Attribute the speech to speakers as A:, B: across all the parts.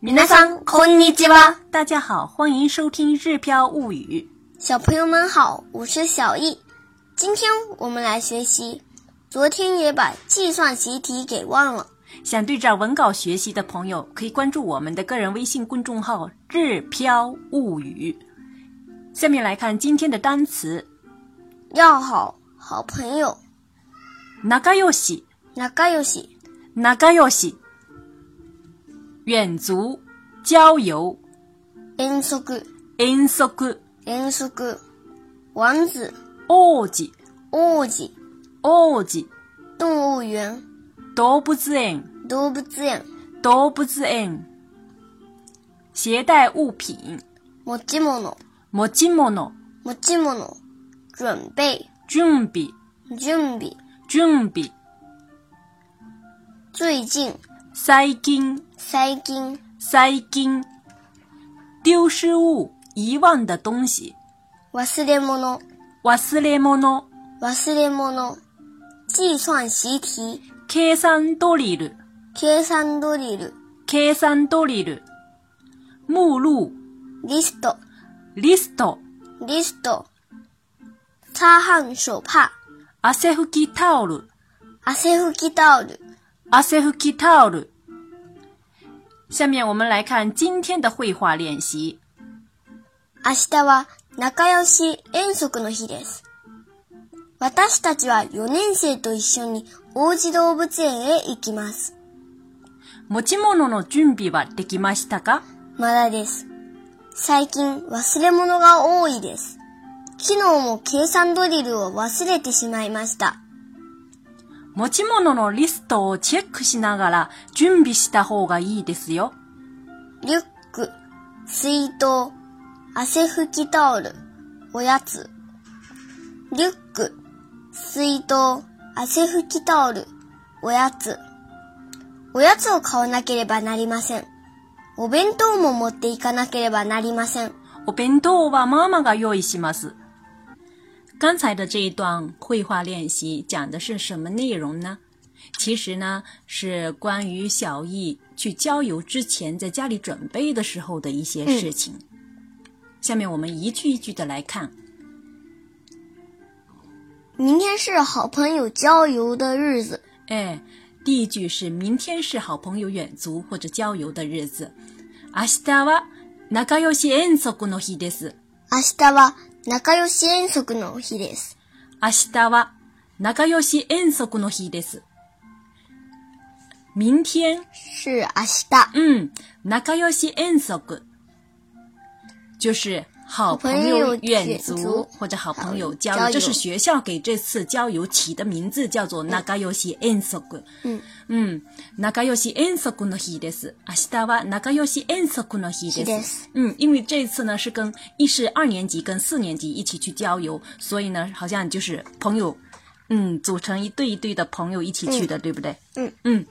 A: 皆さんこんにちは。
B: 大家好，欢迎收听《日飘物语
A: 小朋友们好，我是小易。今天我们来学习，昨天也把计算习题给忘了。》。
B: 想对照文稿学习的朋友，可以关注我们的个人微信公众号“日飘物语”。下面来看今天的单词：
A: 要好好朋友，
B: 仲良し、
A: 仲良し、
B: 仲良し、远足、郊游、
A: 遠足、
B: 遠足、
A: 遠足、王子、
B: 王子、
A: 王子、
B: 王子、
A: 动物园、
B: 動物園、
A: 動物園、
B: 動物園。携带物品、
A: 持ち物、
B: 持ち物、
A: 持ち物、准备、
B: 準備、
A: 準備、
B: 準備、
A: 最近、
B: 最近、
A: 最近、
B: 最近。丢失物、遗忘的东西。
A: 忘れ物、
B: 忘れ物、
A: 忘れ物、计算习题、
B: 計算ドリル、
A: 計算ドリル、
B: 計算ドリル。目录、
A: リスト、
B: リスト、
A: リスト、擦汗手帕、
B: 汗拭きタオル、
A: 汗拭きタオル、
B: 汗拭きタオル。下面我们来看今天的绘画练习。
A: 明日は仲良し遠足の日です。私たちは4年生と一緒に王子動物園へ行きます。
B: 持ち物の準備はできましたか
A: まだです。最近忘れ物が多いです。昨日も計算ドリルを忘れてしまいました。
B: 持ち物のリストをチェックしながら準備した方がいいですよ。
A: リュック、水筒、汗拭きタオル、おやつ。リュック、水筒、汗拭きタオル、おやつ。おやつを買わなければなりません。お弁当も持っていかなければなりません。
B: お弁当はママが用意します。刚才的这一段绘画练习讲的是什么内容呢？其实呢，是关于小易去郊游之前在家里准备的时候的一些事情。下面我们一句一句的来看。
A: 明天是好朋友郊游的日子。
B: 哎，第一句是明天是好朋友远足或者郊游的日子。明日は仲良し遠足の日です。
A: 明日は仲良し遠足の日です。
B: 明日は仲良し遠足の日です。明天
A: 是明日。
B: 嗯，仲良し遠足就是好朋友远
A: 好朋友远足
B: 足或者好朋友郊
A: 好
B: 游，
A: 友
B: 这是学校给这次郊游起的名字，叫做仲良し遠足。
A: 嗯
B: 嗯，仲良し遠足の日です。明日は仲良し遠足の日
A: 日
B: で
A: です
B: す。嗯，因为这次呢是跟一是二年级跟四年级一起去郊游，所以呢好像就是朋友，嗯，组成一对一对的朋友一起去的，对不对？
A: 嗯
B: 嗯。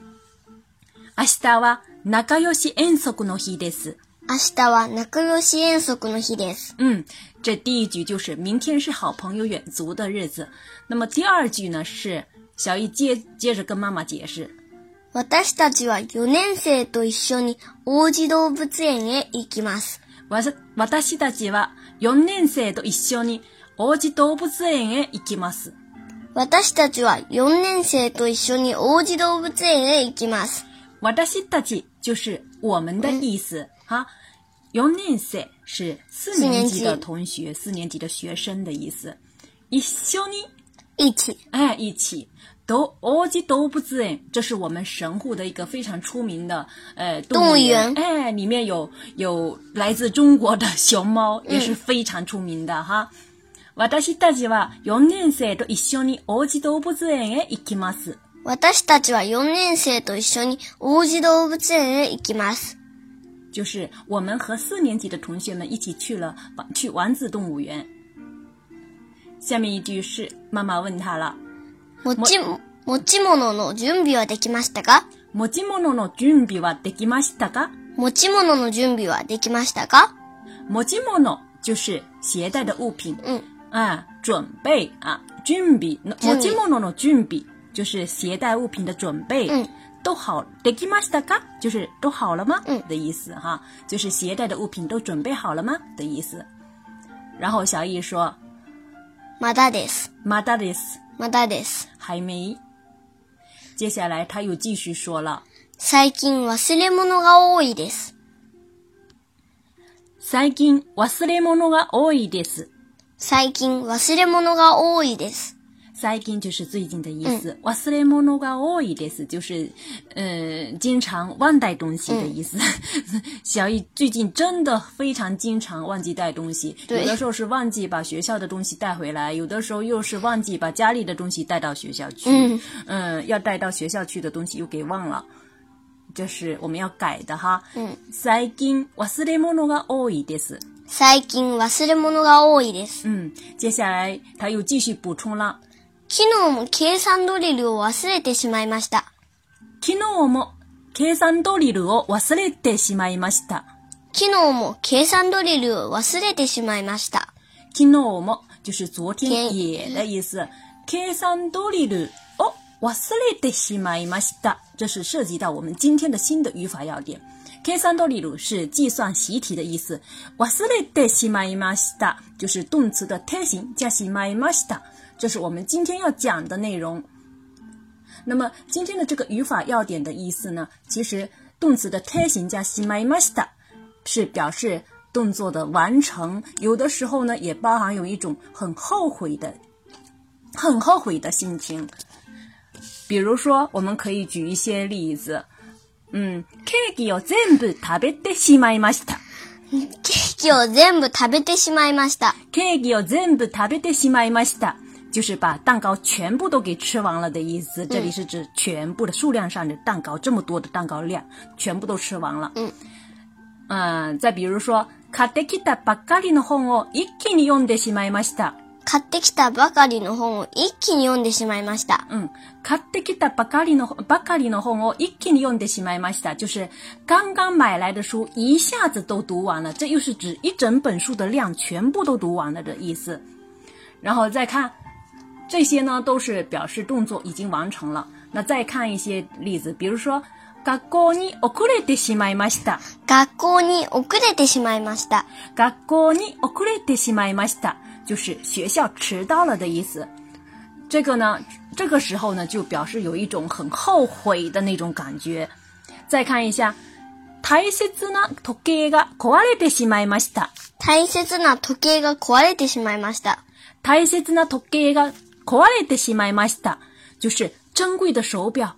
B: 明日は仲良し遠足の日です。
A: 明日は仲良し遠足の日です。
B: 嗯，这第一句就是明天是好朋友远足的日子。那么第二句呢是小易接接着跟妈妈解释，
A: 私たちは4年生と一緒に王子動物園へ行きます。
B: わた私たちは4年生と一緒に王子動物園へ行きます。
A: 私たちは4年生と一緒に王子動物園へ行きます。
B: 私たち就是我们的意思、哈。4年生是四年级的同学，四年级的学生的意思。一緒に
A: 1、
B: 哎，一起。都欧吉都不自哎，这是我们神户的一个非常出名的呃动
A: 动物园
B: 哎，里面有有来自中国的熊猫，也是非常出名的哈。私たちは4年生と一哦緒に王子動物園へ行きます。
A: 私たちは4年生と一緒に王子動物園へ行きます。
B: 就是我们和四年级的同学们一起去了去丸子动物园。下面一句是妈妈问他了。
A: 持ち、持ち物の準備はできましたか
B: 持ち物の準備はできましたか？
A: 持ち物の準備はできましたか
B: 持ち物就是携带的物品，
A: 嗯，
B: 啊，准备啊，準備，
A: 準備
B: 持ち物の準備就是携带物品的准备。
A: 嗯，
B: 都好できましたか？就是都好了吗？
A: 嗯
B: 的意思哈，就是携带的物品都准备好了吗的意思。然后小易说
A: まだです。
B: まだです，
A: まだです。
B: 还没。接下来他又继续说了。
A: 最近忘れ物が多いです。
B: 最近忘れ物が多いです。
A: 最近忘れ物が多いです。
B: 最近就是最近的意
A: 嗯
B: 思。忘れ物が多いです，就是，呃，经常忘带东西的意思。
A: 嗯
B: 小易最近真的非常经常忘记带东西，有
A: 对
B: 的时候是忘记把学校的东西带回来，有的时候又是忘记把家里的东西带到学校去。
A: 嗯
B: 嗯，要带到学校去的东西又给忘了。这是我们要改的哈。
A: 嗯，
B: 最近忘れ物が多いです。
A: 最近忘れ物が多いです。
B: 嗯，接下来他又继续补充了。
A: 昨日も計算ドリルを忘れてしまいました。
B: 昨日も計算ドリルを忘れてしまいました。
A: 昨日も計算ドリルを忘れてしまいました。
B: 昨日も就是昨天
A: 天
B: 也的意思。計算ドリルを忘れてしまいました。这是涉及到我们今天的新的语法要点。計算ドリル是计算习题的意思。忘れてしまいました就是动词的泰形加しまいました。这是我们今天要讲的内容。那么今天的这个语法要点的意思呢，其实动词的泰形加しまいました是表示动作的完成，有的时候呢也包含有一种很后悔的、很后悔的心情。比如说，我们可以举一些例子，嗯，ケーキを全部食べてしまいました。
A: ケーキを全部食べてしまいました。
B: ケーキを全部食べてしまいました。就是把蛋糕全部都给吃完了的意思，这里是指全部的数量上的蛋糕，这么多的蛋糕量，全部都吃完了。
A: 嗯，
B: 嗯，再比如说，買ってきたばっかりの本を一気に読んでしまいました。
A: 買ってきたばかりの本を一気に読んでしまいました。
B: 嗯，買ってきたばかりのばかりの本を一気に読んでしまいました，就是刚刚买来的书一下子都读完了，这又是指一整本书的量全部都读完了的意思。然后再看这些呢，都是表示动作已经完成了。那再看一些例子，比如说，学校に遅れてしまいました。
A: 学校に遅れてしまいました。
B: 学校に遅れてしまいました，就是学校迟到了的意思。这个呢，这个时候呢，就表示有一种很后悔的那种感觉。再看一下，大切な時計が壊れてしまいました。
A: 大切な時計が壊れてしまいました。
B: 大切な時計が壊れてしまいました，就是珍贵的手表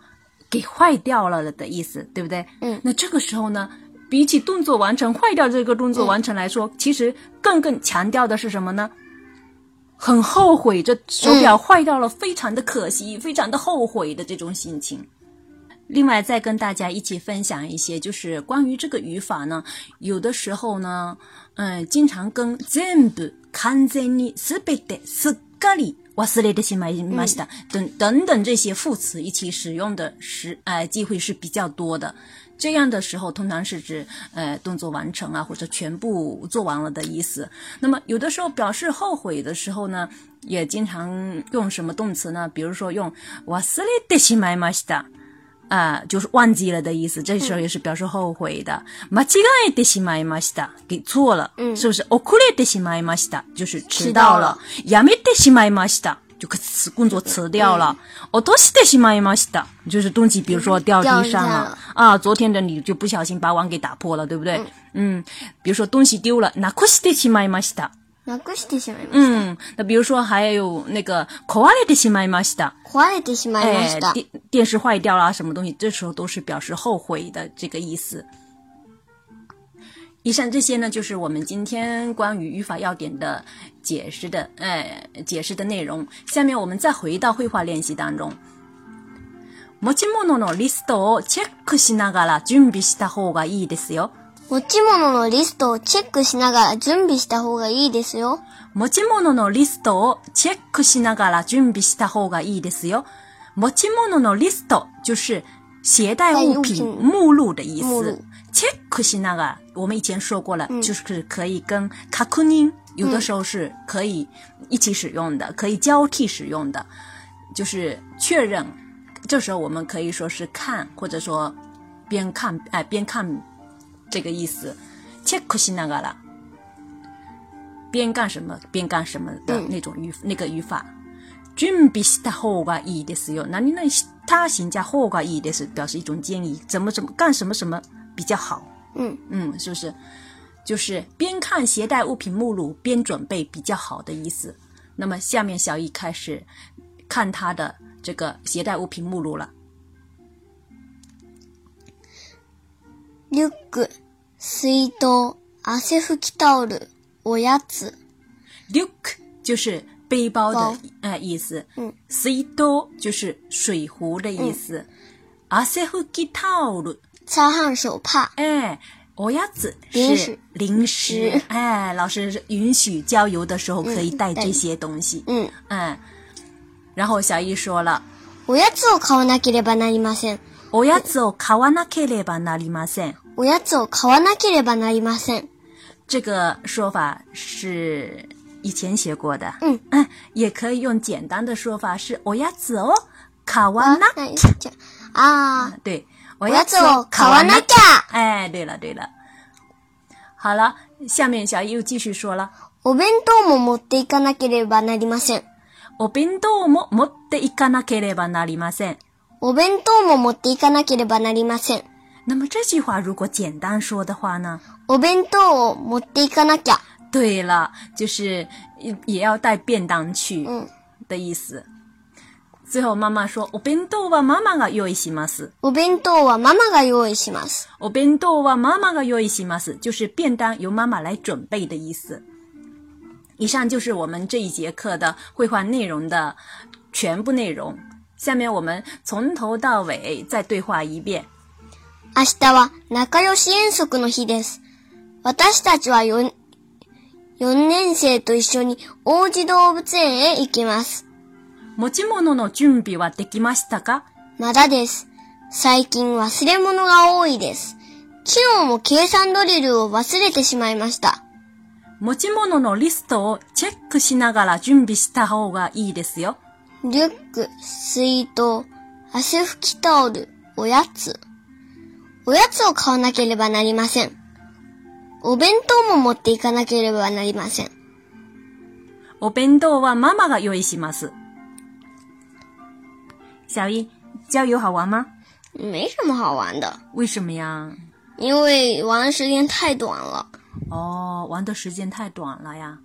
B: 给坏掉了的意思，对不对？
A: 嗯
B: 那这个时候呢，比起动作完成坏掉这个动作完成来说，其实更更强调的是什么呢？很后悔，这手表坏掉了，非常的可惜，非常的后悔的这种心情。另外，再跟大家一起分享一些，就是关于这个语法呢，有的时候呢，嗯，经常跟全部、完全に、すべて、すっかり、忘れてしまいました、等等等这些副词一起使用的时，呃，机会是比较多的。这样的时候，通常是指呃动作完成啊，或者全部做完了的意思。那么有的时候表示后悔的时候呢，也经常用什么动词呢？比如说用忘れてしまいました。啊、就是忘记了的意思。这时候也是表示后悔的。間違えてしまいました，给错了，是不是？遅れてしまいました，就是嗯迟到了。やめてしまいました，就辞工作辞掉了。落としてしまいました，就是东西，比如说嗯掉地上
A: 掉地上
B: 了
A: 了
B: 啊。昨天的你就不小心把碗给打破了，对不对？嗯，比如说东西丢了，なくしてしまいました。
A: なくしてしまいまし
B: 嗯，那比如说还有那个壊れてしまいました。
A: た。壊れてしまいま
B: 哎
A: し，た。
B: 电电视坏掉啦，什么东西，这时候都是表示后悔的这个意思。以上这些呢，就是我们今天关于语法要点的解释的，哎，解释的内容。下面我们再回到绘画练习当中。持ち物のリストをチェックしながら準備した方がいいですよ。
A: 持ち物のリストをチェックしながら準備した方がいいですよ。
B: 持ち物のリストをチェックしながら準備した方がいいですよ。持ち物のリスト就是携带物
A: 携
B: 品
A: 带物品
B: 目录的意思
A: 目录。嗯
B: チェックしながら，我们以前说过了，就是可以跟確認有的时候是可以一起使用的，可以交替使用的，就是确认。这时候我们可以说是看，或者说边看哎、边看这个意思。切克西那个了，边干什么边干什么的
A: 嗯
B: 那种语、那个语法。准备した方がいいですよ。何々した行加方がいいです，表示一种建议，怎么怎么干什么什么比较好。
A: 嗯
B: 嗯，是不是？就是边看携带物品目录边准备比较好的意思。那么下面小易开始看他的这个携带物品目录了。
A: リュック、水筒、汗拭きタオル、おやつ。
B: Luke 就是背包
A: 包
B: 的呃意思，
A: 嗯
B: s i t o 就是水壶的意思，阿塞夫吉套路，
A: 擦汗手帕。
B: 哎，我鸭子是
A: 零食嗯
B: 零食
A: 零食，
B: 哎，老师允许郊游的时候可以带
A: 带
B: 这些东西，
A: うん。
B: 哎，然后小易说了。
A: おやつを買わなければなりません。
B: おやつを買わなければなりません。
A: おやつを買わなければなりません。
B: 这个说法是以前学过的。
A: 嗯
B: 嗯，也可以用简单的说法是おやつを買わな。
A: なじゃああ
B: 对，我
A: ー、おやつを買わなきゃ
B: 哎，对了对了，好了，下面小易又继续说了。
A: お弁当も持っていかなければなりません。
B: お弁当も持っていかなければなりません。
A: お弁当も持っていかなければなりません。
B: 那么这句话如果简单说的话呢？
A: お弁当を持っていかなきゃ。
B: 对了，就是也也要带便当去
A: うん。
B: 的意思。最后妈妈说：“お弁当はママが用意します。
A: お弁当はママが用意します。
B: お弁当はママが用意します，就是便当由妈妈来准备的意思。以上就是我们这一节课的绘画内容的全部内容。下面我们从头到尾再对话一遍。
A: 明日は仲良し遠足の日です。私たちは 4, 4年生と一緒に王子動物園へ行きます。
B: 持ち物の準備はできましたか
A: まだです。最近忘れ物が多いです。昨日も計算ドリルを忘れてしまいました。
B: 持ち物のリストをチェックしながら準備した方がいいですよ。
A: リュック、水筒、汗拭きタオル、おやつ。おやつを買わなければなりません。お弁当も持っていかなければなりません。
B: お弁当はママが用意します。小一，郊游好玩吗？
A: 没什么好玩的，
B: 为什么呀？
A: 因为玩的时间太短了。
B: 哦，玩的时间太短了呀。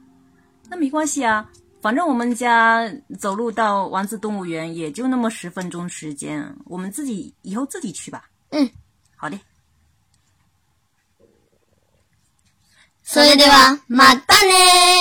B: 那没关系啊，反正我们家走路到王子动物园也就那么十分钟时间，我们自己以后自己去吧。
A: 嗯，
B: 好嘞。
A: それでは、またねー